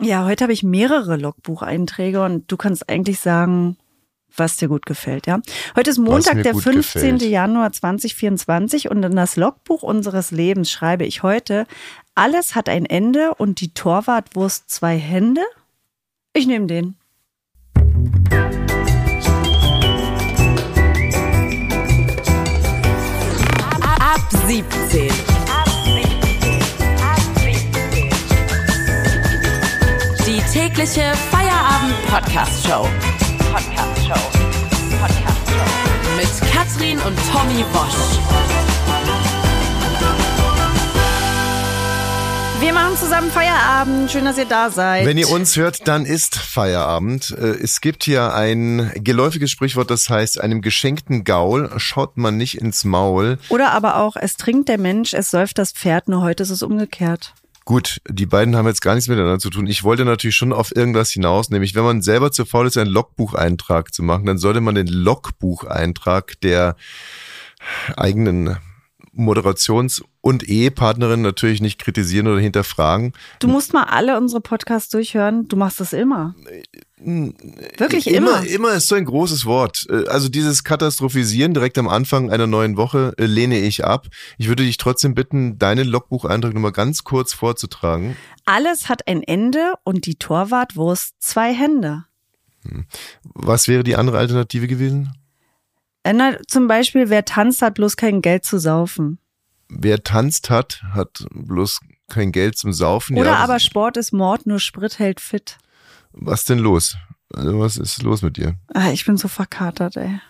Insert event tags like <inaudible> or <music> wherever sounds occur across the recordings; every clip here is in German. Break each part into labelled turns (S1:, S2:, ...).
S1: Ja, heute habe ich mehrere Logbucheinträge und du kannst eigentlich sagen, was dir gut gefällt, ja. Heute ist Montag,
S2: mir
S1: der
S2: gut
S1: 15.
S2: gefällt.
S1: Januar 2024 und in das Logbuch unseres Lebens schreibe ich heute, alles hat ein Ende und die Torwartwurst zwei Hände. Ich nehme den.
S3: Ab 17. Die tägliche Feierabend-Podcast-Show. Mit Katrin und Tommy Bosch.
S1: Wir machen zusammen Feierabend. Schön, dass ihr da seid.
S2: Wenn ihr uns hört, dann ist Feierabend. Äh, Es gibt hier ein geläufiges Sprichwort, das heißt, einem geschenkten Gaul schaut man nicht ins Maul.
S1: Oder aber auch, es trinkt der Mensch, es säuft das Pferd, nur heute ist es umgekehrt.
S2: Gut, die beiden haben jetzt gar nichts miteinander zu tun. Ich wollte natürlich schon auf irgendwas hinaus, nämlich wenn man selber zu faul ist, einen Logbucheintrag zu machen, dann sollte man den Logbucheintrag der eigenen Moderations- und Ehepartnerin natürlich nicht kritisieren oder hinterfragen.
S1: Du musst mal alle unsere Podcasts durchhören. Du machst das immer. Wirklich immer.
S2: Äh, immer. ist so ein großes Wort. Äh, Also dieses Katastrophisieren direkt am Anfang einer neuen Woche äh, lehne ich ab. Ich würde dich trotzdem bitten, deinen Logbucheintrag nochmal ganz kurz vorzutragen.
S1: Alles hat ein Ende und die Torwartwurst zwei Hände.
S2: Was wäre die andere Alternative gewesen?
S1: Äh, Na, zum Beispiel, wer tanzt, hat bloß kein Geld zu saufen.
S2: Wer tanzt hat, hat bloß kein Geld zum Saufen.
S1: Oder
S2: Ja,
S1: aber
S2: was,
S1: Sport ist Mord, nur Sprit hält fit.
S2: was denn los? Also Was ist los mit dir?
S1: Ah, ich bin so verkatert, ey.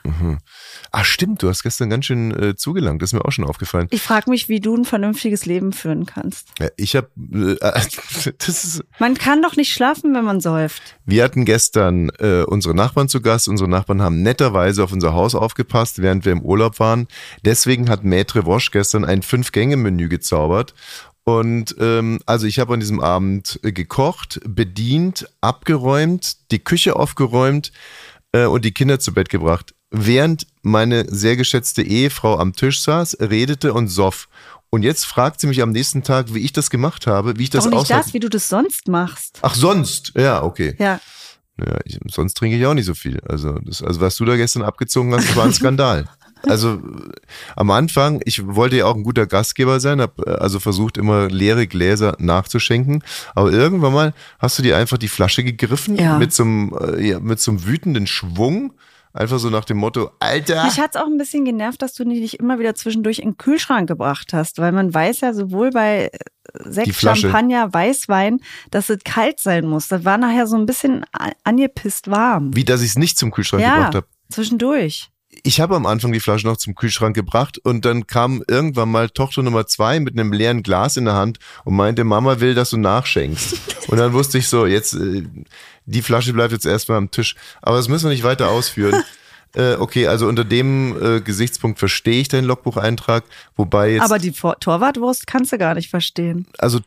S2: Ach stimmt, du hast gestern ganz schön äh, zugelangt. Das ist mir auch schon aufgefallen.
S1: Ich frage mich, wie du ein vernünftiges Leben führen kannst.
S2: Ja, Ich habe, äh, <laughs> das ist,
S1: Man kann doch nicht schlafen, wenn man säuft.
S2: Wir hatten gestern äh, unsere Nachbarn zu Gast. Unsere Nachbarn haben netterweise auf unser Haus aufgepasst, während wir im Urlaub waren. Deswegen hat Maître Wosch gestern ein Fünf-Gänge-Menü gezaubert. Und ähm, also ich habe an diesem Abend äh, gekocht, bedient, abgeräumt, die Küche aufgeräumt äh, und die Kinder zu Bett gebracht. Während meine sehr geschätzte Ehefrau am Tisch saß, redete und soff. Und jetzt fragt sie mich am nächsten Tag, wie ich das gemacht habe, wie ich das
S1: doch nicht
S2: aushalte.
S1: das, wie du das sonst machst.
S2: Ach, sonst? Ja, okay.
S1: Ja,
S2: Ja, ich, sonst trinke ich auch nicht so viel. Also, das, also was du da gestern abgezogen hast, das war
S1: <laughs>
S2: ein Skandal. Also äh, am Anfang, ich wollte ja auch ein guter Gastgeber sein, habe also versucht immer leere Gläser nachzuschenken, aber irgendwann mal hast du dir einfach die Flasche gegriffen
S1: Ja.
S2: mit so einem äh, ja, mit so einem wütenden Schwung, einfach so nach dem Motto, Alter,
S1: Mich hat's auch ein bisschen genervt, dass du dich immer wieder zwischendurch in den Kühlschrank gebracht hast, weil man weiß ja sowohl bei äh,
S2: Die
S1: Sekt,
S2: Flasche.
S1: Champagner, Weißwein, dass es kalt sein muss. Das war nachher so ein bisschen a- angepisst warm.
S2: wie dass ich es nicht zum Kühlschrank
S1: ja,
S2: gebracht habe.
S1: zwischendurch.
S2: ich habe am Anfang die Flasche noch zum Kühlschrank gebracht und dann kam irgendwann mal Tochter Nummer zwei mit einem leeren Glas in der Hand und meinte, Mama will, dass du nachschenkst. und dann wusste ich so, jetzt, äh, die Flasche bleibt jetzt erstmal am Tisch. Aber das müssen wir nicht weiter
S1: <laughs>
S2: ausführen. äh, okay, also unter dem äh, Gesichtspunkt verstehe ich deinen Logbucheintrag, wobei jetzt,
S1: Aber die Vor Torwartwurst kannst du gar nicht verstehen.
S2: also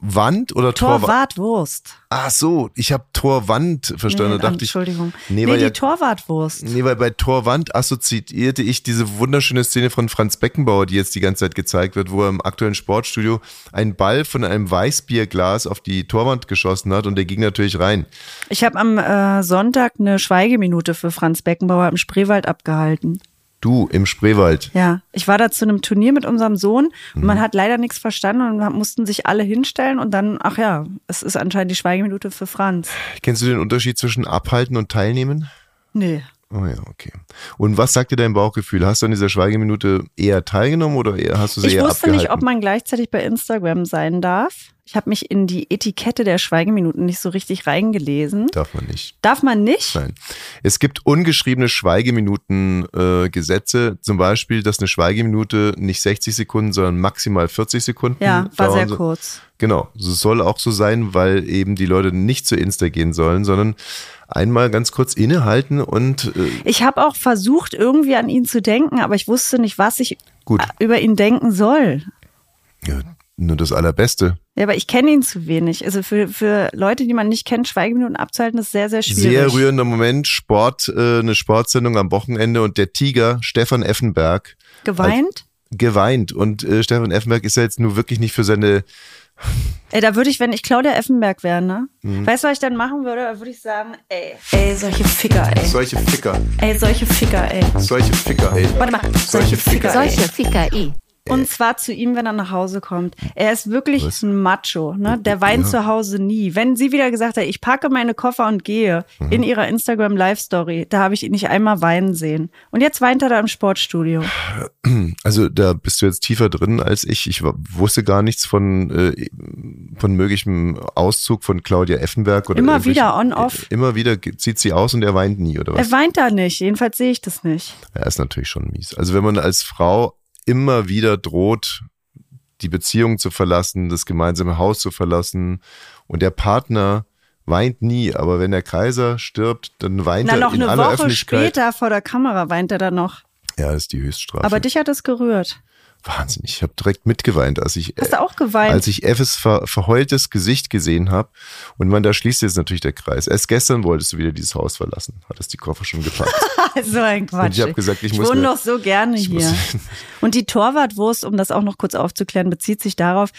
S2: Torwand oder Torwand?
S1: Torwartwurst.
S2: Ach so, ich habe Torwand verstanden. da dachte ich,
S1: Entschuldigung.
S2: Nee,
S1: Nee,
S2: weil
S1: die
S2: ja-
S1: Torwartwurst.
S2: Nee, weil bei Torwand assoziierte ich diese wunderschöne Szene von Franz Beckenbauer, die jetzt die ganze Zeit gezeigt wird, wo er im aktuellen Sportstudio einen Ball von einem Weißbierglas auf die Torwand geschossen hat und der ging natürlich rein.
S1: Ich habe am äh, Sonntag eine Schweigeminute für Franz Beckenbauer im Spreewald abgehalten.
S2: Du im Spreewald.
S1: Ja, ich war da zu einem Turnier mit unserem Sohn und
S2: Mhm.
S1: man hat leider nichts verstanden und mussten sich alle hinstellen und dann, ach ja, es ist anscheinend die Schweigeminute für Franz.
S2: Kennst du den Unterschied zwischen abhalten und teilnehmen?
S1: Nee.
S2: Oh ja, okay. Und was sagt dir dein Bauchgefühl? Hast du an dieser Schweigeminute eher teilgenommen oder eher hast du sie
S1: Ich
S2: eher
S1: wusste
S2: abgehalten?
S1: nicht, ob man gleichzeitig bei Instagram sein darf. Ich habe mich in die Etikette der Schweigeminuten nicht so richtig reingelesen.
S2: Darf man nicht.
S1: Darf man nicht?
S2: Nein. Es gibt ungeschriebene Schweigeminuten-Gesetze, zum Beispiel, dass eine Schweigeminute nicht 60 Sekunden, sondern maximal 40 Sekunden
S1: Ja, war
S2: dauern
S1: sehr
S2: soll.
S1: kurz.
S2: Genau, so soll auch so sein, weil eben die Leute nicht zu Insta gehen sollen, sondern einmal ganz kurz innehalten und äh,
S1: Ich habe auch versucht, irgendwie an ihn zu denken, aber ich wusste nicht, was ich äh,
S2: Gut.
S1: über ihn denken soll.
S2: ja, nur das Allerbeste.
S1: Ja, aber ich kenne ihn zu wenig. Also für, für Leute, die man nicht kennt, Schweigeminuten abzuhalten, ist sehr, sehr schwierig.
S2: Sehr rührender Moment, Sport, äh, eine Sportsendung am Wochenende und der Tiger, Stefan Effenberg,
S1: Geweint?
S2: geweint. Und äh, Stefan Effenberg ist ja jetzt nur wirklich nicht für seine
S1: Ey, da würde ich, wenn ich Claudia Effenberg wäre, ne?
S2: Mhm.
S1: Weißt du, was ich dann machen würde? Da würde ich sagen, ey. Ey, solche Ficker, ey.
S2: Solche Ficker,
S1: Ey, solche Ficker, ey.
S2: solche Ficker, ey.
S1: Warte mal.
S2: Solche Ficker, ey.
S4: Solche Ficker, i.
S1: Und zwar zu ihm, wenn er nach Hause kommt. Er ist wirklich ein Macho, ne? Der weint zu Hause nie. Wenn sie wieder gesagt hat, ich packe meine Koffer und gehe
S2: Mhm.
S1: in ihrer Instagram Live Story, da habe ich ihn nicht einmal weinen sehen. Und jetzt weint er da im Sportstudio.
S2: Also da bist du jetzt tiefer drin als ich. Ich wa- wusste gar nichts von, äh, von möglichem Auszug von Claudia Effenberg. Oder
S1: Immer
S2: irgendwelchen-
S1: wieder, on, off.
S2: Immer wieder ge- zieht sie aus und er weint nie, oder was?
S1: Er weint da nicht. Jedenfalls sehe ich das nicht.
S2: Ja, ist natürlich schon mies. Also wenn man als Frau immer wieder droht, die Beziehung zu verlassen, das gemeinsame Haus zu verlassen und der Partner weint nie, aber wenn der Kaiser stirbt, dann weint
S1: Na,
S2: er
S1: noch
S2: in
S1: eine
S2: aller
S1: Woche
S2: Öffentlichkeit.
S1: später vor der Kamera weint er da noch.
S2: Ja, das ist die Höchststrafe.
S1: Aber dich hat es gerührt.
S2: Wahnsinn, ich habe direkt mitgeweint, als ich
S1: Hast du auch
S2: als
S1: geweint?
S2: ich Effes ver verheultes Gesicht gesehen habe. Und man, da schließt jetzt natürlich der Kreis. Erst gestern wolltest du wieder dieses Haus verlassen, hattest die Koffer schon gepackt.
S1: <laughs> so ein Quatsch.
S2: Und ich hab gesagt, ich muss
S1: wohne
S2: mir-
S1: doch so gerne
S2: <laughs> ich
S1: hier.
S2: muss-
S1: Und die Torwartwurst, um das auch noch kurz aufzuklären, bezieht sich darauf,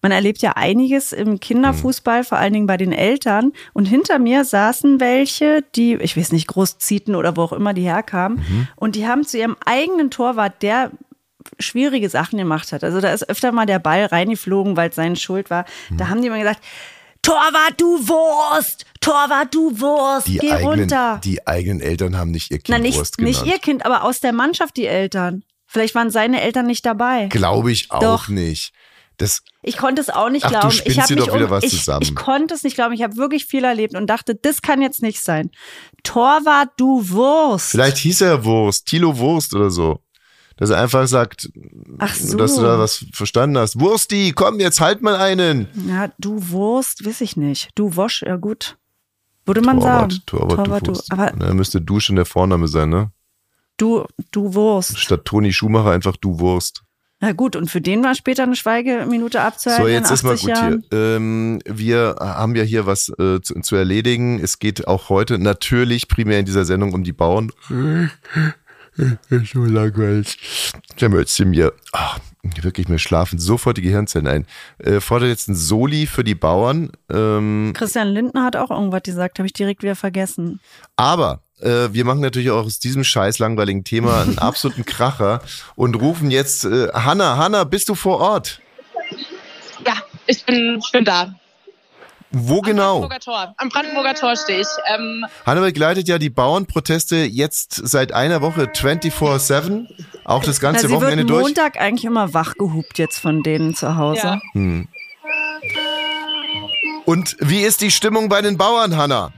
S1: man erlebt ja einiges im
S2: Mhm.
S1: Kinderfußball, vor allen Dingen bei den Eltern. Und hinter mir saßen welche, die, ich weiß nicht, Großzieten oder wo auch immer die herkamen.
S2: Mhm.
S1: Und die haben zu ihrem eigenen Torwart, der schwierige Sachen gemacht hat. Also da ist öfter mal der Ball reingeflogen, weil es seine Schuld war.
S2: Mhm.
S1: Da haben die immer gesagt, Torwart, du Wurst! Torwart, du Wurst!
S2: die,
S1: Geh
S2: eigenen,
S1: runter!
S2: die eigenen Eltern haben nicht ihr Kind
S1: Na, nicht,
S2: Wurst genannt.
S1: nicht ihr Kind, aber aus der Mannschaft die Eltern. Vielleicht waren seine Eltern nicht dabei.
S2: Glaube ich auch
S1: Doch.
S2: nicht. Das,
S1: Ich konnte es auch nicht
S2: Ach, du
S1: glauben. ich
S2: spinnst
S1: hab
S2: dir
S1: mich um-
S2: doch wieder was
S1: ich,
S2: zusammen.
S1: Ich konnte es nicht glauben. Ich habe wirklich viel erlebt und dachte, das kann jetzt nicht sein. Torwart, du Wurst.
S2: vielleicht hieß er Wurst, Tilo Wurst oder so. Dass er einfach sagt,
S1: Ach so.
S2: dass du da was verstanden hast. Wursti, komm, jetzt halt mal einen.
S1: Ja, du Wurst, weiß ich nicht. Du Wosch, ja gut. Würde man sagen.
S2: Torwart, Torwart, du Wurst.
S1: aber
S2: Und dann müsste du schon der Vorname sein, ne?
S1: du, du Wurst.
S2: Statt Toni Schumacher einfach du Wurst.
S1: Na gut, und für den war später eine Schweigeminute abzuhalten.
S2: So, jetzt
S1: in
S2: ist mal
S1: 80
S2: gut
S1: Jahren.
S2: hier. Ähm, wir haben ja hier was äh, zu, zu erledigen. Es geht auch heute natürlich primär in dieser Sendung um die Bauern. so langweilig. Der Mötzchen mir. Ach, wirklich, mir schlafen sofort die Gehirnzellen ein. Äh, fordert jetzt ein Soli für die Bauern. Ähm,
S1: Christian Lindner hat auch irgendwas gesagt, habe ich direkt wieder vergessen.
S2: aber äh, wir machen natürlich auch aus diesem scheiß langweiligen Thema einen absoluten Kracher und rufen jetzt äh, Hanna, Hanna, bist du vor Ort?
S5: Ja, ich bin, ich bin da.
S2: Wo
S5: Am
S2: genau?
S5: Brandenburger Tor. Am Brandenburger Tor stehe ich. Ähm,
S2: Hannover begleitet ja die Bauernproteste jetzt seit einer Woche 24-7, auch das
S1: Na,
S2: ganze
S1: sie
S2: Wochenende
S1: wird
S2: durch.
S1: Montag eigentlich immer wachgehupt jetzt von denen zu Hause.
S5: ja.
S2: Hm. Und wie ist die Stimmung bei den Bauern, Hanna?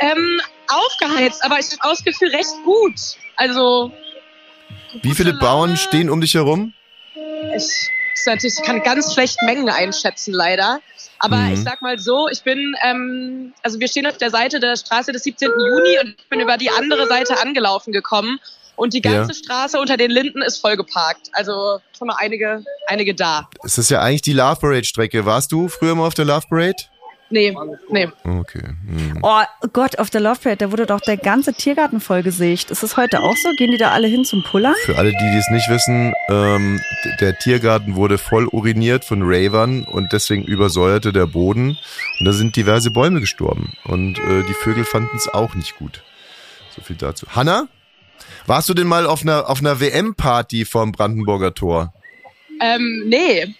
S5: ähm, aufgeheizt, aber ich habe das Gefühl recht gut. Also,
S2: Wie viele Bauern stehen um dich herum?
S5: ich, ist natürlich, ich kann ganz schlecht Mengen einschätzen, leider. Aber
S2: Mhm.
S5: ich sag mal so, ich bin, ähm, also wir stehen auf der Seite der Straße des 17. Juni und ich bin über die andere Seite angelaufen gekommen. Und die
S2: Ja.
S5: ganze Straße unter den Linden ist vollgeparkt. Also schon mal einige, einige da.
S2: Es ist ja eigentlich die Love Parade-Strecke. Warst du früher mal auf der Love Parade?
S5: Nee, nee.
S2: Okay. hm.
S1: Oh Gott, auf der Love Parade, da wurde doch der ganze Tiergarten vollgesägt. Ist es heute auch so? Gehen die da alle hin zum Pullern?
S2: Für alle, die dies nicht wissen, ähm, d- der Tiergarten wurde voll uriniert von Ravern und deswegen übersäuerte der Boden. Und da sind diverse Bäume gestorben. Und äh, die Vögel fanden es auch nicht gut. So viel dazu. Hanna, warst du denn mal auf einer, auf einer WM-Party vom Brandenburger Tor?
S5: Ähm, nee.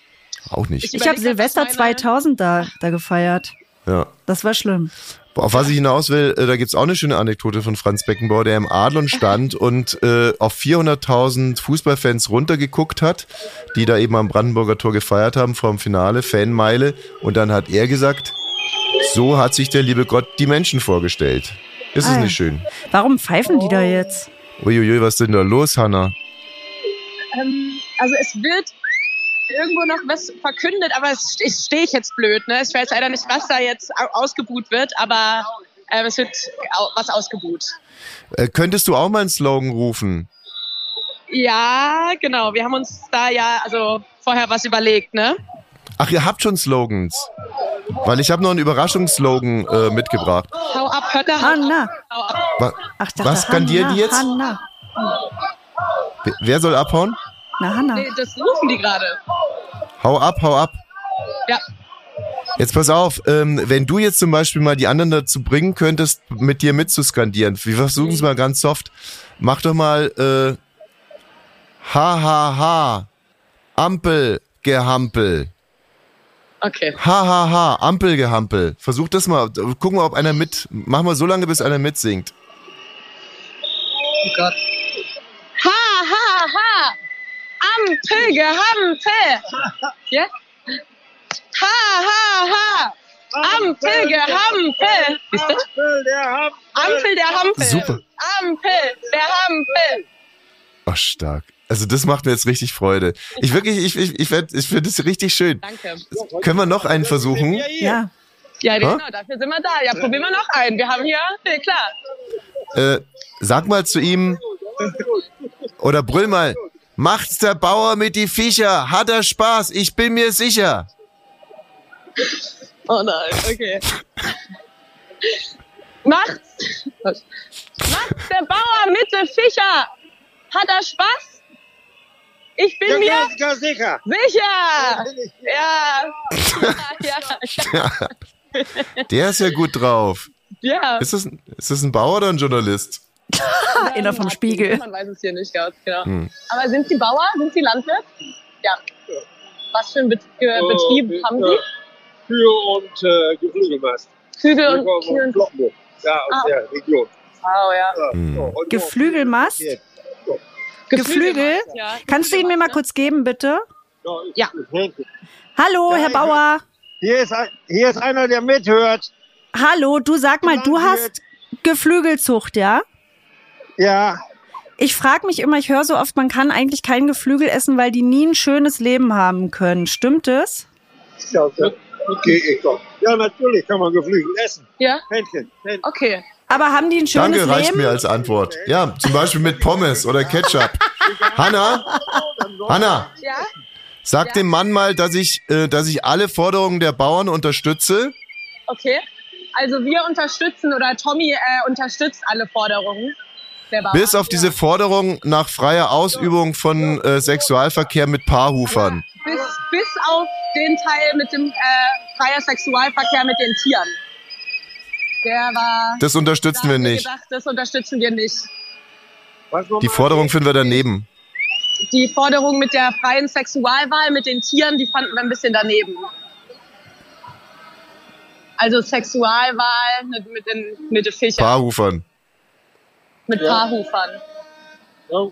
S2: Auch nicht.
S1: Ich habe
S5: überleg grad,
S1: Silvester
S5: was meine-
S1: 2000 da, da gefeiert.
S2: Ja.
S1: Das war schlimm.
S2: Auf was ich hinaus will, äh, da gibt's auch eine schöne Anekdote von Franz Beckenbauer, der im Adlon stand und äh, auf 400.000 Fußballfans runtergeguckt hat, die da eben am Brandenburger Tor gefeiert haben vorm Finale, Fanmeile. Und dann hat er gesagt, so hat sich der liebe Gott die Menschen vorgestellt. Ist
S1: Ah
S2: es
S1: ja.
S2: nicht schön?
S1: Warum pfeifen
S5: Oh.
S1: die da jetzt?
S2: Uiuiui, was ist denn da los, Hanna?
S5: Ähm, also es wird irgendwo noch was verkündet, aber es stehe steh ich jetzt blöd. Ne? Ich weiß leider nicht, was da jetzt au- ausgebuht wird, aber ähm, es wird au was ausgebuht.
S2: Äh, könntest du auch mal einen Slogan rufen?
S5: Ja, genau. Wir haben uns da ja also vorher was überlegt, ne?
S2: Ach, ihr habt schon Slogans. Weil ich habe noch einen Überraschungsslogan äh, mitgebracht.
S5: Hau ab, hört da, hau ab,
S1: Hanna.
S5: hau ab.
S2: Wa
S1: Ach, ich dachte,
S2: was skandieren
S1: Hanna,
S2: die jetzt?
S1: Hanna.
S2: Wer- Wer soll abhauen?
S1: Na, Hanna.
S5: Nee, das rufen die gerade.
S2: Hau ab, hau ab.
S5: Ja,
S2: Jetzt pass auf, ähm, wenn du jetzt zum Beispiel mal die anderen dazu bringen könntest, mit dir mitzuskandieren, wir versuchen es mal ganz soft. Mach doch mal äh, Ha ha ha, Ampel gehampel.
S5: Okay.
S2: Ha ha ha, Ampel gehampel. Versuch das mal, gucken wir, ob einer mit, mach mal so lange, bis einer mitsingt.
S5: Oh Gott. Ha, ha, ha. Ampel, gehampel. Ja? Ha, ha, ha. Ampel, gehampel. Siehst du? Ampel, der Hampel.
S2: Super.
S5: Ampel, der Hampel.
S2: Ach, stark. Also das macht mir jetzt richtig Freude. Ich wirklich, ich, ich, ich, werd- ich finde es richtig schön.
S5: Danke.
S2: Können wir noch einen versuchen?
S1: Ja.
S5: Ja, genau, dafür sind wir da. Ja, probieren wir noch einen. Wir haben hier, nee, klar.
S2: Äh, sag mal zu ihm oder brüll mal. Macht's der Bauer mit die Viecher, hat er Spaß, ich bin mir sicher.
S5: Oh nein, okay. Macht's. Was? Macht's der Bauer mit dem Fischer. Hat er Spaß? Ich bin mir
S4: ganz, ganz sicher.
S5: sicher. Ja. Ja,
S2: Der ist ja gut drauf.
S5: ja. ja.
S2: Ist das, ein- ist das ein Bauer oder ein Journalist?
S1: einer vom Spiegel.
S5: Man weiß es hier nicht ganz genau. Aber sind Sie Bauer? Sind Sie Landwirt? Ja. Was für einen Bet äh, Betrieb
S4: Oh,
S5: haben
S4: ja.
S5: Sie?
S4: Kühe und äh, Geflügelmast.
S5: Zügel
S4: Wir
S5: und
S4: kommen
S5: Kühe
S4: aus
S5: und
S4: Kloppenburg. Ja, aus
S5: Ah.
S4: der Region.
S5: Wow, ja.
S4: Ja,
S2: Hm.
S4: so, und-
S1: Geflügelmast.
S4: Jetzt.
S1: Geflügel?
S5: Ja.
S1: Kannst du ihn mir mal kurz geben, bitte?
S4: So, ich-
S5: Ja.
S4: ich helfe.
S1: Hallo,
S4: Ja,
S1: Herr
S4: ich-
S1: Bauer.
S4: Hier ist, ein, hier ist einer, der mithört.
S1: Hallo, du sag mal, du hast Geflügelzucht, ja?
S4: Ja,
S1: Ich frage mich immer, ich höre so oft, man kann eigentlich kein Geflügel essen, weil die nie ein schönes Leben haben können. Stimmt es?
S4: ja das gehe ich doch. Ja, natürlich kann man Geflügel essen.
S5: Ja,
S4: Hähnchen, Hähnchen.
S5: okay.
S1: Aber haben die ein schönes
S2: Danke, reicht
S1: Leben?
S2: mir als Antwort. Ja, zum Beispiel mit Pommes oder Ketchup. Hanna, Hanna,
S5: Ja.
S2: sag dem Mann mal, dass ich, äh, dass ich alle Forderungen der Bauern unterstütze.
S5: Okay. Also wir unterstützen oder Tommy äh, unterstützt alle Forderungen. Der Bauern.
S2: Bis auf diese Forderung nach freier Ausübung von äh, Sexualverkehr mit Paarhufern.
S5: bis, bis auf den Teil mit dem äh, freier Sexualverkehr mit den Tieren. Der war.
S2: Das
S5: da
S2: unterstützen wir
S5: haben
S2: nicht.
S5: Gedacht, das unterstützen wir nicht.
S4: Was man
S2: Die
S4: mal-
S2: Forderung finden wir daneben.
S5: Die Forderung mit der freien Sexualwahl mit den Tieren, die fanden wir ein bisschen daneben. Also Sexualwahl mit, mit, den, mit den Fischern,
S2: Paarhufern.
S5: mit Paarhufern.
S4: Ja,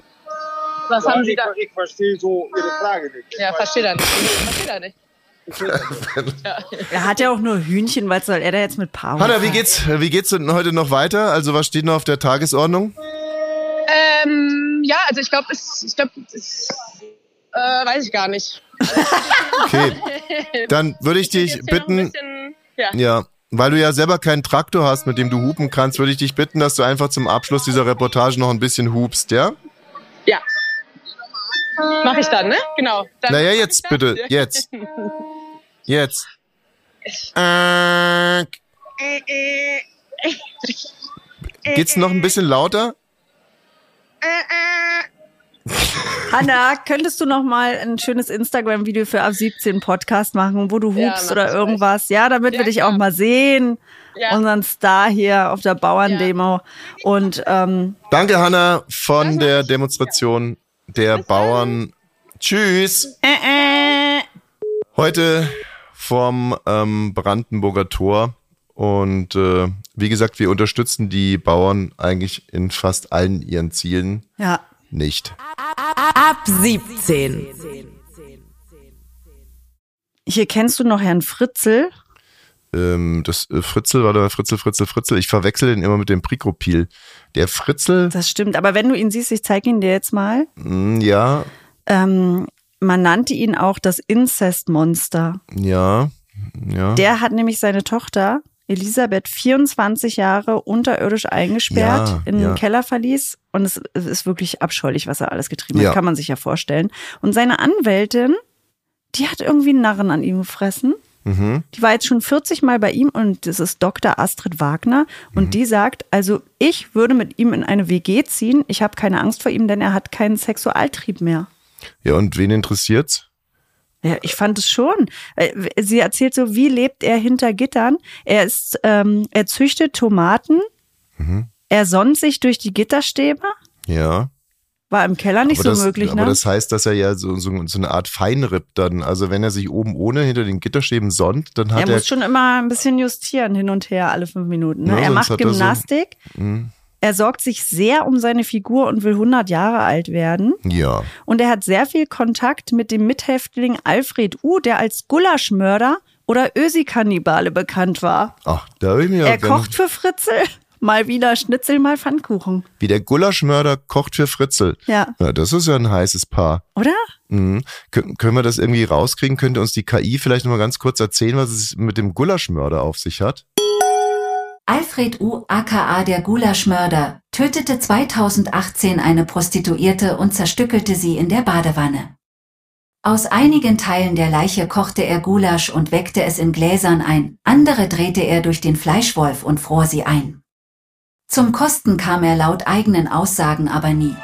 S5: Was haben Sie
S4: ich,
S5: da?
S4: ich verstehe so Ihre Frage nicht.
S5: Ja, versteht er nicht. Versteht er nicht.
S1: Er hat ja auch nur Hühnchen, was soll er da jetzt mit Paarung?
S2: Hanna, wie geht's, wie geht's denn heute noch weiter? Also, was steht noch auf der Tagesordnung?
S5: Ähm, ja, also ich glaube, ich glaube, äh, weiß ich gar nicht.
S2: Okay.
S5: <laughs>
S2: Dann würde ich dich
S5: Jetzt hier noch ein
S2: bitten,
S5: bisschen- ja.
S2: ja, weil du ja selber keinen Traktor hast, mit dem du hupen kannst, würde ich dich bitten, dass du einfach zum Abschluss dieser Reportage noch ein bisschen hupst, ja?
S5: ja. Mach ich dann, ne? Genau. Dann
S2: Naja,
S5: mach ich
S2: jetzt
S5: dann.
S2: bitte,
S5: <laughs>
S2: jetzt. Jetzt. Äh, Geht's noch ein bisschen lauter?
S1: Hanna, könntest du noch mal ein schönes Instagram-Video für ab 17 Podcast machen, wo du
S5: Ja,
S1: hupst
S5: mach
S1: oder
S5: ich
S1: irgendwas? Ja, damit
S5: Ja,
S1: wir dich
S5: klar.
S1: auch mal sehen.
S5: Ja.
S1: Unseren Star hier auf der Bauerndemo. Und ähm,
S2: Danke, Hanna, von der Demonstration der Bauern. Tschüss.
S1: äh, äh,
S2: Heute vom ähm, Brandenburger Tor. Und äh, wie gesagt, wir unterstützen die Bauern eigentlich in fast allen ihren Zielen
S1: ja.
S2: nicht.
S3: Ab 17.
S1: Hier kennst du noch Herrn Fritzel.
S2: Ähm, das äh, Fritzel war der Fritzel, Fritzel, Fritzel. Ich verwechsel den immer mit dem Prikopil. Der Fritzel,
S1: Das stimmt. Aber wenn du ihn siehst, ich zeige ihn dir jetzt mal.
S2: mh, ja,
S1: Ähm, man nannte ihn auch das Inzestmonster.
S2: ja, ja.
S1: Der hat nämlich seine Tochter Elisabeth 24 Jahre unterirdisch eingesperrt
S2: Ja,
S1: in
S2: ja.
S1: einen Kellerverlies und es, es ist wirklich abscheulich, was er alles getrieben
S2: Ja.
S1: hat, kann man sich ja vorstellen. Und seine Anwältin, die hat irgendwie einen Narren an ihm gefressen.
S2: mhm.
S1: Die war jetzt schon 40 Mal bei ihm und das ist Dr. Astrid Wagner
S2: Mhm.
S1: und die sagt, also ich würde mit ihm in eine WG ziehen. Ich habe keine Angst vor ihm, denn er hat keinen Sexualtrieb mehr.
S2: Ja, und wen interessiert's?
S1: Ja, ich fand es schon. Äh, Sie erzählt so, wie lebt er hinter Gittern? Er ist, ähm, er züchtet Tomaten.
S2: Mhm.
S1: Er sonnt sich durch die Gitterstäbe.
S2: Ja.
S1: War im Keller nicht
S2: aber
S1: so
S2: das,
S1: möglich,
S2: aber
S1: ne?
S2: das heißt, dass er ja so, so, so eine Art Feinripp dann, also wenn er sich oben ohne hinter den Gitterstäben sonnt, dann
S1: Er
S2: hat er,
S1: muss schon immer ein bisschen justieren, hin und her, alle fünf Minuten. Ne?
S2: Ja,
S1: er
S2: sonst
S1: macht
S2: hat er so- Mhm.
S1: Gymnastik. Er sorgt sich sehr um seine Figur und will 100 Jahre alt werden.
S2: ja,
S1: Und er hat sehr viel Kontakt mit dem Mithäftling Alfred U., der als Gulaschmörder oder Ösi-Kannibale bekannt war.
S2: ach, da habe ich mir
S1: er
S2: auch
S1: kocht für Fritzel. Mal wieder Schnitzel, mal Pfannkuchen.
S2: wie der Gulaschmörder kocht für Fritzel.
S1: Ja.
S2: ja das ist ja ein heißes Paar.
S1: Oder?
S2: Mhm. Kö- können wir das irgendwie rauskriegen? Könnte uns die KI vielleicht nochmal ganz kurz erzählen, was es mit dem Gulaschmörder auf sich hat?
S6: Alfred U. aka der Gulaschmörder tötete 2018 eine Prostituierte und zerstückelte sie in der Badewanne. Aus einigen Teilen der Leiche kochte er Gulasch und weckte es in Gläsern ein, andere drehte er durch den Fleischwolf und fror sie ein. Zum Kosten kam er laut eigenen Aussagen aber nie.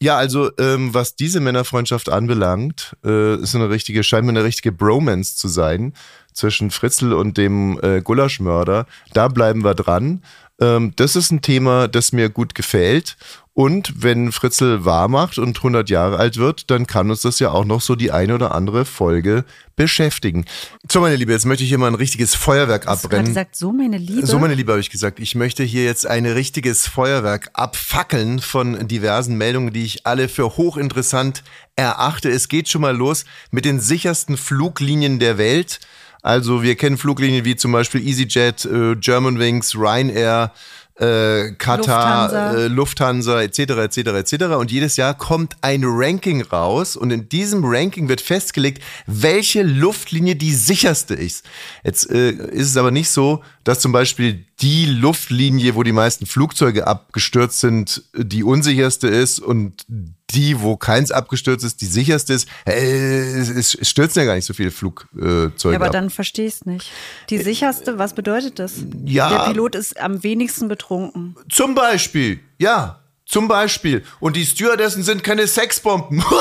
S2: Ja, also ähm, was diese Männerfreundschaft anbelangt, äh, ist eine richtige, scheint mir eine richtige Bromance zu sein zwischen Fritzl und dem äh, Gulaschmörder. Da bleiben wir dran. Ähm, das ist ein Thema, das mir gut gefällt. Und wenn Fritzl wahr macht und 100 Jahre alt wird, dann kann uns das ja auch noch so die eine oder andere Folge beschäftigen. So, meine Liebe, jetzt möchte ich hier mal ein richtiges Feuerwerk
S1: Hast du gerade
S2: abbrennen.
S1: gesagt, so meine Liebe.
S2: So, meine Liebe, habe ich gesagt, ich möchte hier jetzt ein richtiges Feuerwerk abfackeln von diversen Meldungen, die ich alle für hochinteressant erachte. Es geht schon mal los mit den sichersten Fluglinien der Welt. Also wir kennen Fluglinien wie zum Beispiel EasyJet, äh, Germanwings, Ryanair, äh, Katar,
S1: Lufthansa.
S2: Äh, Lufthansa etc. etc. etc. Und jedes Jahr kommt ein Ranking raus und in diesem Ranking wird festgelegt, welche Luftlinie die sicherste ist. Jetzt äh, ist es aber nicht so, dass zum Beispiel die Luftlinie, wo die meisten Flugzeuge abgestürzt sind, die unsicherste ist und die, wo keins abgestürzt ist, die sicherste ist. Äh, es, es stürzen ja gar nicht so viele Flugzeuge
S1: Ja, aber
S2: ab.
S1: dann verstehe ich es nicht. Die sicherste, was bedeutet das?
S2: Äh, ja.
S1: Der Pilot ist am wenigsten betrunken.
S2: Zum Beispiel, ja, zum Beispiel. Und die Stewardessen sind keine Sexbomben. <laughs>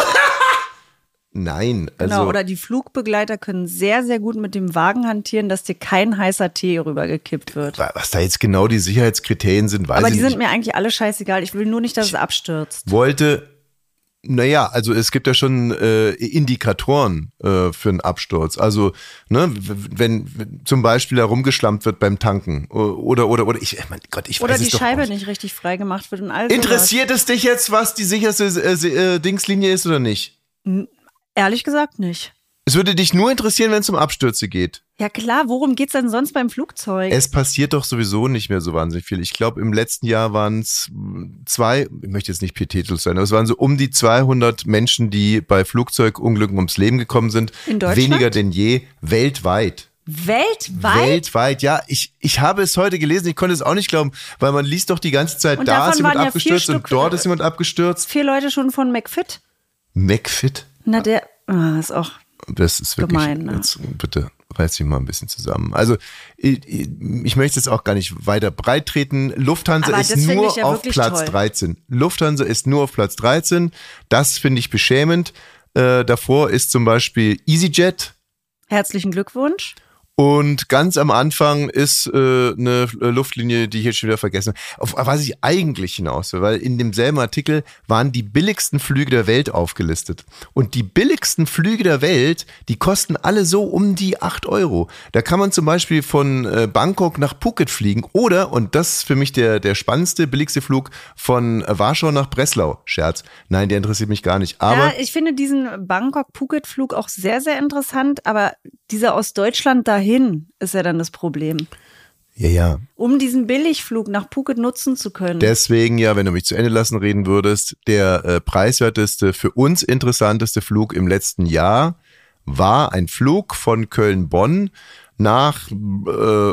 S2: Nein, also.
S1: Genau, oder die Flugbegleiter können sehr, sehr gut mit dem Wagen hantieren, dass dir kein heißer Tee rübergekippt wird.
S2: wa- was da jetzt genau die Sicherheitskriterien sind, weiß
S1: Aber
S2: ich
S1: die sind
S2: nicht.
S1: mir eigentlich alle scheißegal. Ich will nur nicht, dass es abstürzt.
S2: Wollte, naja, also es gibt ja schon äh, Indikatoren äh, für einen Absturz. Also, ne, w- wenn, wenn zum Beispiel herumgeschlampt wird beim Tanken o- oder, oder, oder, ich, mein Gott, ich weiß
S1: Oder
S2: es
S1: die
S2: doch
S1: Scheibe
S2: auch
S1: nicht richtig frei gemacht wird und alles.
S2: Interessiert es dich jetzt, was die sicherste äh, se- äh, Dingslinie ist oder nicht?
S1: Ehrlich gesagt nicht.
S2: Es würde dich nur interessieren, wenn es um Abstürze geht.
S1: Ja klar, worum geht's denn sonst beim Flugzeug?
S2: Es passiert doch sowieso nicht mehr so wahnsinnig viel. Ich glaube, im letzten Jahr waren es zwei, ich möchte jetzt nicht pietätlos sein, aber es waren so um die 200 Menschen, die bei Flugzeugunglücken ums Leben gekommen sind.
S1: In Deutschland?
S2: Weniger denn je, weltweit.
S1: Weltweit?
S2: Weltweit, ja. Ich, ich habe es heute gelesen, ich konnte es auch nicht glauben, weil man liest doch die ganze Zeit,
S1: Und
S2: da
S1: davon
S2: ist jemand
S1: waren ja vier
S2: abgestürzt
S1: Stück-
S2: und dort ist jemand abgestürzt.
S1: Vier Leute schon von McFit?
S2: McFit,
S1: Na der, ah, ist auch
S2: das ist wirklich,
S1: Gemein, ne?
S2: jetzt bitte reiß dich mal ein bisschen zusammen. Also ich, ich- ich möchte es auch gar nicht weiter breit treten. Lufthansa
S1: Aber
S2: ist
S1: das finde
S2: nur
S1: ich ja
S2: auf
S1: wirklich
S2: Platz
S1: toll.
S2: 13. Lufthansa ist nur auf Platz 13. Das finde ich beschämend. Äh, davor ist zum Beispiel EasyJet
S1: herzlichen Glückwunsch.
S2: und ganz am Anfang ist äh, eine äh, Luftlinie, die ich jetzt schon wieder vergessen habe. Auf was ich eigentlich hinaus will, weil in demselben Artikel waren die billigsten Flüge der Welt aufgelistet. Und die billigsten Flüge der Welt, die kosten alle so um die 8 Euro. Da kann man zum Beispiel von äh, Bangkok nach Phuket fliegen oder, und das ist für mich der, der spannendste, billigste Flug von äh, Warschau nach Breslau. Scherz. Nein, der interessiert mich gar nicht. Aber
S1: ja, ich finde diesen Bangkok-Phuket-Flug auch sehr, sehr interessant, aber dieser aus Deutschland dahin ist ja dann das Problem.
S2: ja, ja.
S1: Um diesen Billigflug nach Phuket nutzen zu können.
S2: Deswegen ja, wenn du mich zu Ende lassen reden würdest, der äh, preiswerteste, für uns interessanteste Flug im letzten Jahr war ein Flug von Köln-Bonn nach äh,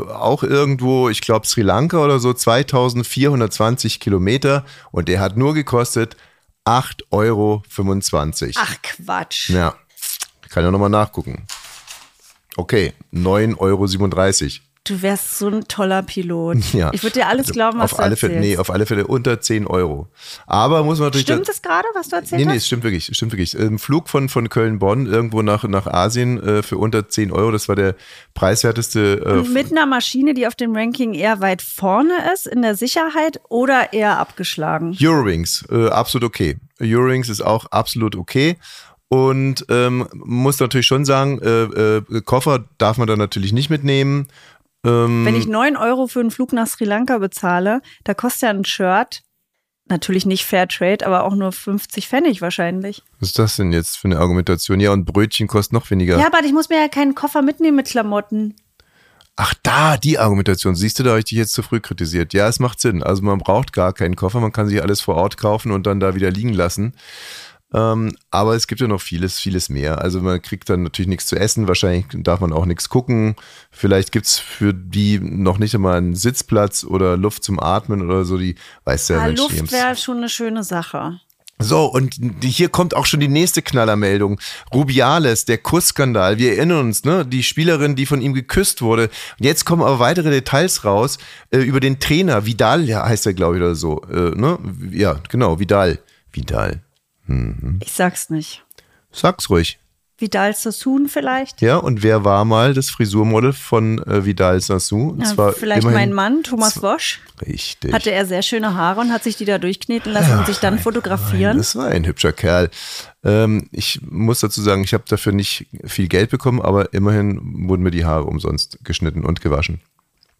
S2: auch irgendwo, ich glaube Sri Lanka oder so, 2420 Kilometer und der hat nur gekostet 8,25 Euro.
S1: Ach Quatsch.
S2: Ja, kann ja nochmal nachgucken. Okay, 9,37 Euro.
S1: Du wärst so ein toller Pilot.
S2: <laughs> Ja.
S1: Ich würde dir alles glauben, was
S2: auf
S1: du
S2: alle Fälle,
S1: erzählst.
S2: nee, auf alle Fälle unter 10 Euro. Aber muss man natürlich.
S1: Stimmt es gerade, was du erzählt
S2: Nee, nee,
S1: hast?
S2: es stimmt wirklich, es stimmt wirklich. Ein Flug von, von Köln-Bonn irgendwo nach, nach Asien äh, für unter 10 Euro, das war der preiswerteste. Äh,
S1: Und mit einer Maschine, die auf dem Ranking eher weit vorne ist, in der Sicherheit oder eher abgeschlagen.
S2: Eurowings, äh, absolut okay. Eurowings ist auch absolut okay. Und ähm, muss natürlich schon sagen, äh, äh, Koffer darf man da natürlich nicht mitnehmen. Ähm,
S1: Wenn
S2: Mhm.
S1: ich 9 Euro für einen Flug nach Sri Lanka bezahle, da kostet ja ein Shirt, natürlich nicht Fairtrade, aber auch nur 50 Pfennig wahrscheinlich.
S2: Was ist das denn jetzt für eine Argumentation? Ja, und Brötchen kostet noch weniger.
S1: Ja, aber ich muss mir ja keinen Koffer mitnehmen mit Klamotten.
S2: Ach, da, die Argumentation. Siehst du, da habe ich dich jetzt zu früh kritisiert. Ja, es macht Sinn. Also man braucht gar keinen Koffer, man kann sich alles vor Ort kaufen und dann da wieder liegen lassen. Ähm, aber es gibt ja noch vieles, vieles mehr. Also man kriegt dann natürlich nichts zu essen, wahrscheinlich darf man auch nichts gucken. Vielleicht gibt es für die noch nicht einmal einen Sitzplatz oder Luft zum Atmen oder so, die weiß der
S1: Ja,
S2: Mensch
S1: Ah, Luft
S2: nimmt's.
S1: wäre schon eine schöne Sache.
S2: So, und die- hier kommt auch schon die nächste Knallermeldung. Rubiales, der Kussskandal. Wir erinnern uns, ne? Die Spielerin, die von ihm geküsst wurde. Und jetzt kommen aber weitere Details raus äh, über den Trainer. Vidal ja, heißt er, glaube ich, oder so. Äh, ne? Ja, genau, Vidal. Vidal. Mhm.
S1: Ich sag's nicht.
S2: Sag's ruhig.
S1: Vidal Sassoon vielleicht?
S2: Ja, und wer war mal das Frisurmodel von äh, Vidal Sassou? Und
S1: Ja,
S2: zwar
S1: vielleicht
S2: immerhin-
S1: mein Mann, Thomas Wosch.
S2: Richtig.
S1: Hatte er sehr schöne Haare und hat sich die da durchkneten lassen und sich dann fotografieren.
S2: Das war ein hübscher Kerl. Ähm, ich muss dazu sagen, ich habe dafür nicht viel Geld bekommen, aber immerhin wurden mir die Haare umsonst geschnitten und gewaschen.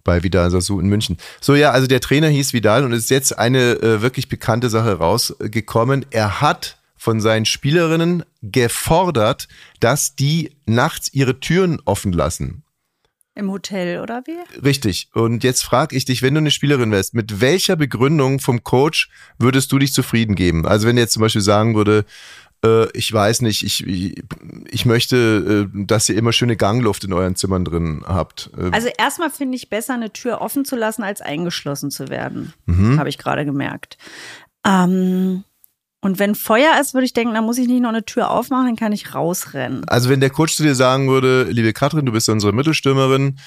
S2: Bei Vidal Sassou in München. So, ja, also der Trainer hieß Vidal und es ist jetzt eine äh, wirklich bekannte Sache rausgekommen. Er hat von seinen Spielerinnen gefordert, dass die nachts ihre Türen offen lassen.
S1: Im Hotel, oder wie?
S2: Richtig. Und jetzt frage ich dich, wenn du eine Spielerin wärst, mit welcher Begründung vom Coach würdest du dich zufrieden geben? Also wenn er jetzt zum Beispiel sagen würde, äh, ich weiß nicht, ich, ich, ich möchte, äh, dass ihr immer schöne Gangluft in euren Zimmern drin habt. Äh,
S1: Also erstmal finde ich besser, eine Tür offen zu lassen, als eingeschlossen zu werden.
S2: Mhm.
S1: Habe ich gerade gemerkt. Ähm, und wenn Feuer ist, würde ich denken, dann muss ich nicht noch eine Tür aufmachen, dann kann ich rausrennen.
S2: Also wenn der Coach zu dir sagen würde, liebe Katrin, du bist unsere Mittelstürmerin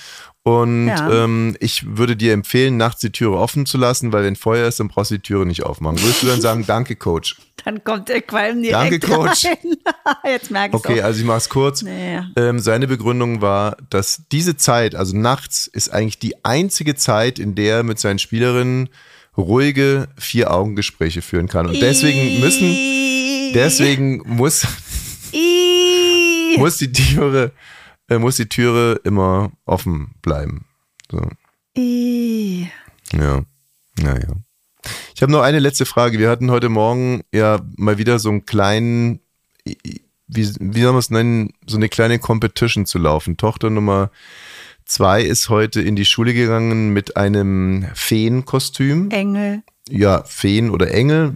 S2: und
S1: Ja.
S2: ähm, ich würde dir empfehlen, nachts die Türe offen zu lassen, weil wenn Feuer ist, dann brauchst du die Türe nicht aufmachen. Würdest du dann sagen, danke Coach?
S1: Dann kommt der Qualm direkt
S2: Danke, Coach.
S1: rein. <laughs> Jetzt merke ich es
S2: Okay, also ich mache es kurz.
S1: Nee.
S2: Ähm, seine Begründung war, dass diese Zeit, also nachts, ist eigentlich die einzige Zeit, in der er mit seinen Spielerinnen ruhige Vier-Augen-Gespräche führen kann. Und deswegen müssen, deswegen muss,
S1: Ihhh.
S2: muss die Türe, äh, muss die Türe immer offen bleiben. So,
S1: Ihhh.
S2: ja, naja. Ich habe noch eine letzte Frage. Wir hatten heute Morgen ja mal wieder so einen kleinen, wie, wie soll man es nennen, so eine kleine Competition zu laufen. Tochter Nummer zwei ist heute in die Schule gegangen mit einem Feenkostüm.
S1: Engel.
S2: Ja, Feen oder Engel.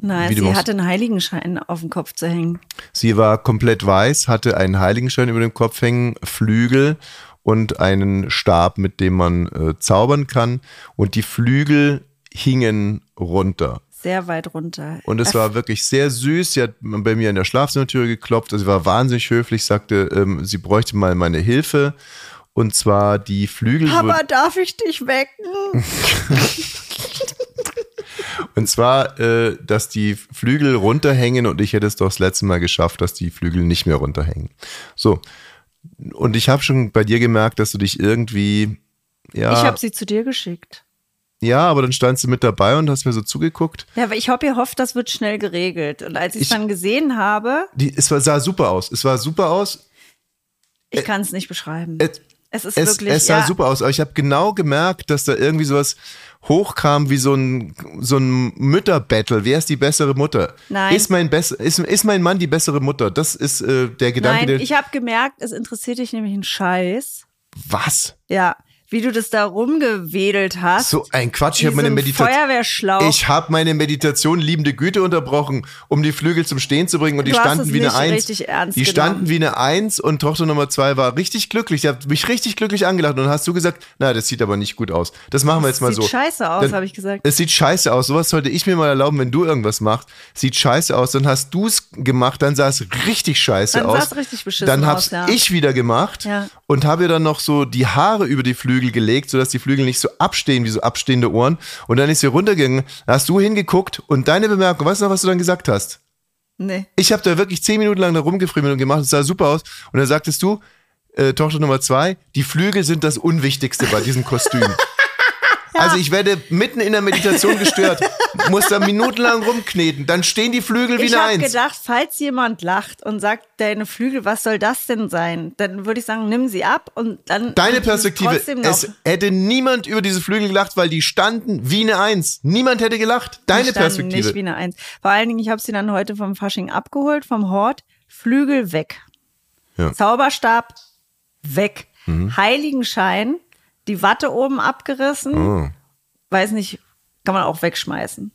S1: Nein,
S2: Wie du
S1: sie
S2: machst.
S1: hatte einen Heiligenschein auf dem Kopf zu hängen.
S2: Sie war komplett weiß, hatte einen Heiligenschein über dem Kopf hängen, Flügel und einen Stab, mit dem man äh, zaubern kann. Und die Flügel hingen runter.
S1: Sehr weit runter.
S2: Und es
S1: Äh,
S2: war wirklich sehr süß. Sie hat bei mir an der Schlafzimmertür geklopft. Also sie war wahnsinnig höflich, sagte, ähm, sie bräuchte mal meine Hilfe. Und zwar die Flügel.
S1: Papa, darf ich dich wecken?
S2: Und zwar, äh, dass die Flügel runterhängen und ich hätte es doch das letzte Mal geschafft, dass die Flügel nicht mehr runterhängen. So. Und ich habe schon bei dir gemerkt, dass du dich irgendwie. Ja,
S1: Ich habe sie zu dir geschickt.
S2: ja, aber dann standst du mit dabei und hast mir so zugeguckt.
S1: Ja, aber ich habe gehofft, das wird schnell geregelt. Und als ich es
S2: Ich-
S1: dann gesehen habe,
S2: Die, es war, sah super aus. Es war super aus.
S1: ich kann es nicht beschreiben.
S2: Es,
S1: es ist
S2: es,
S1: wirklich.
S2: es sah
S1: ja,
S2: super aus, aber ich habe genau gemerkt, dass da irgendwie sowas hochkam wie so ein, so ein Mütterbattle. Wer ist die bessere Mutter?
S1: Nein.
S2: Ist mein, bess ist, ist mein Mann die bessere Mutter? Das ist äh, der Gedanke,
S1: Nein,
S2: der.
S1: ich habe gemerkt, es interessiert dich nämlich ein Scheiß.
S2: was?
S1: Ja, wie du das da rumgewedelt hast.
S2: So ein Quatsch. Ich
S1: Wie
S2: habe meine
S1: so ein
S2: Meditation.
S1: Feuerwehrschlauch.
S2: Ich habe meine Meditation liebende Güte unterbrochen, um die Flügel zum Stehen zu bringen und die
S1: Du hast
S2: standen
S1: es
S2: wie eine
S1: nicht
S2: Eins.
S1: richtig ernst
S2: die standen
S1: genommen.
S2: wie eine Eins und Tochter Nummer zwei war richtig glücklich. Ich habe mich richtig glücklich angelacht und hast du gesagt, na, das sieht aber nicht gut aus. Das machen wir jetzt mal
S1: sieht
S2: so.
S1: scheiße aus,
S2: Dann-
S1: habe ich gesagt.
S2: Es sieht scheiße aus. Sowas sollte ich mir mal erlauben, wenn du irgendwas machst. Sieht scheiße aus. Dann hast du es gemacht, dann sah es richtig scheiße
S1: Dann
S2: aus.
S1: sah's richtig beschissen
S2: Dann hab's
S1: aus, ja.
S2: ich wieder gemacht
S1: Ja.
S2: und habe ihr dann noch so die Haare über die Flügel Flügel gelegt, sodass die Flügel nicht so abstehen wie so abstehende Ohren. Und dann ist sie runtergegangen, da hast du hingeguckt und deine Bemerkung, weißt du noch, was du dann gesagt hast?
S1: Nee.
S2: Ich habe da wirklich zehn Minuten lang da rumgefriemelt und gemacht, es sah super aus. Und dann sagtest du, äh, Tochter Nummer zwei, die Flügel sind das Unwichtigste bei
S1: <laughs>
S2: diesem Kostüm. Also ich werde mitten in der Meditation gestört, muss da minutenlang rumkneten, dann stehen die Flügel wie
S1: Ich
S2: eine
S1: habe
S2: Eins.
S1: gedacht, falls jemand lacht und sagt, deine Flügel, was soll das denn sein? Dann würde ich sagen, nimm sie ab und dann.
S2: Deine
S1: ist es
S2: Perspektive,
S1: Trotzdem noch.
S2: es hätte niemand über diese Flügel gelacht, weil die standen wie eine Eins. Niemand hätte gelacht. Deine
S1: Die standen
S2: Perspektive.
S1: Nicht wie eine Eins. Vor allen Dingen, ich habe sie dann heute vom Fasching abgeholt, vom Hort, Flügel weg.
S2: Ja. Mhm.
S1: Zauberstab weg. Heiligenschein, die Watte oben abgerissen.
S2: Ah.
S1: Weiß nicht, kann man auch wegschmeißen.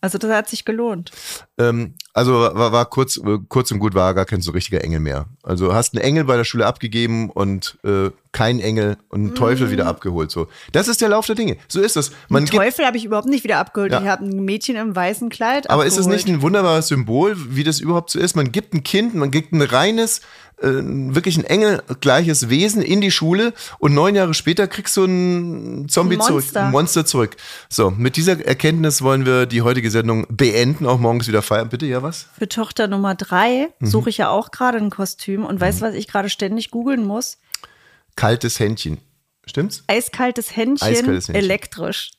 S1: Also das hat sich gelohnt.
S2: Ähm, also war, war kurz, kurz und gut war gar kein so richtiger Engel mehr. Also hast einen Engel bei der Schule abgegeben und äh, kein Engel und einen Teufel wieder abgeholt. So, das ist der Lauf der Dinge. So ist das. Man gibt,
S1: Mhm. Teufel habe ich überhaupt nicht wieder abgeholt.
S2: Ja.
S1: Ich habe ein Mädchen im weißen Kleid
S2: aber
S1: abgeholt.
S2: ist es nicht ein wunderbares Symbol, wie das überhaupt so ist? Man gibt ein Kind, man gibt ein reines, äh, wirklich ein engelgleiches Wesen in die Schule und neun Jahre später kriegst du ein Zombie
S1: Ein Monster.
S2: zurück, ein Monster zurück. So, mit dieser Erkenntnis wollen wir die heutige Sendung beenden, auch morgens wieder feiern. Bitte, ja was?
S1: Für Tochter Nummer drei
S2: Mhm.
S1: suche ich ja auch gerade ein Kostüm und weißt du, was ich gerade ständig googeln muss?
S2: Kaltes Händchen. Stimmt's?
S1: Eiskaltes Händchen,
S2: Eiskaltes Händchen.
S1: elektrisch.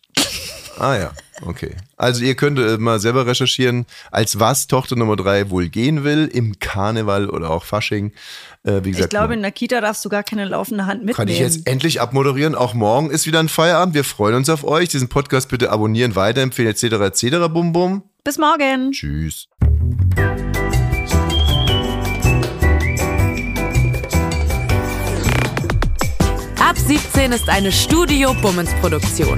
S2: Ah ja, okay. Also ihr könnt äh, mal selber recherchieren, als was Tochter Nummer drei wohl gehen will, im Karneval oder auch Fasching. Äh, wie gesagt,
S1: Ich glaube,
S2: man-
S1: in der Kita darfst du gar keine laufende Hand mitnehmen.
S2: kann ich jetzt endlich abmoderieren. Auch morgen ist wieder ein Feierabend. Wir freuen uns auf euch. Diesen Podcast bitte abonnieren, weiterempfehlen, etc. etc. Bum bum.
S1: Bis morgen.
S2: Tschüss.
S3: Ab 17 ist eine Studio Bummens Produktion.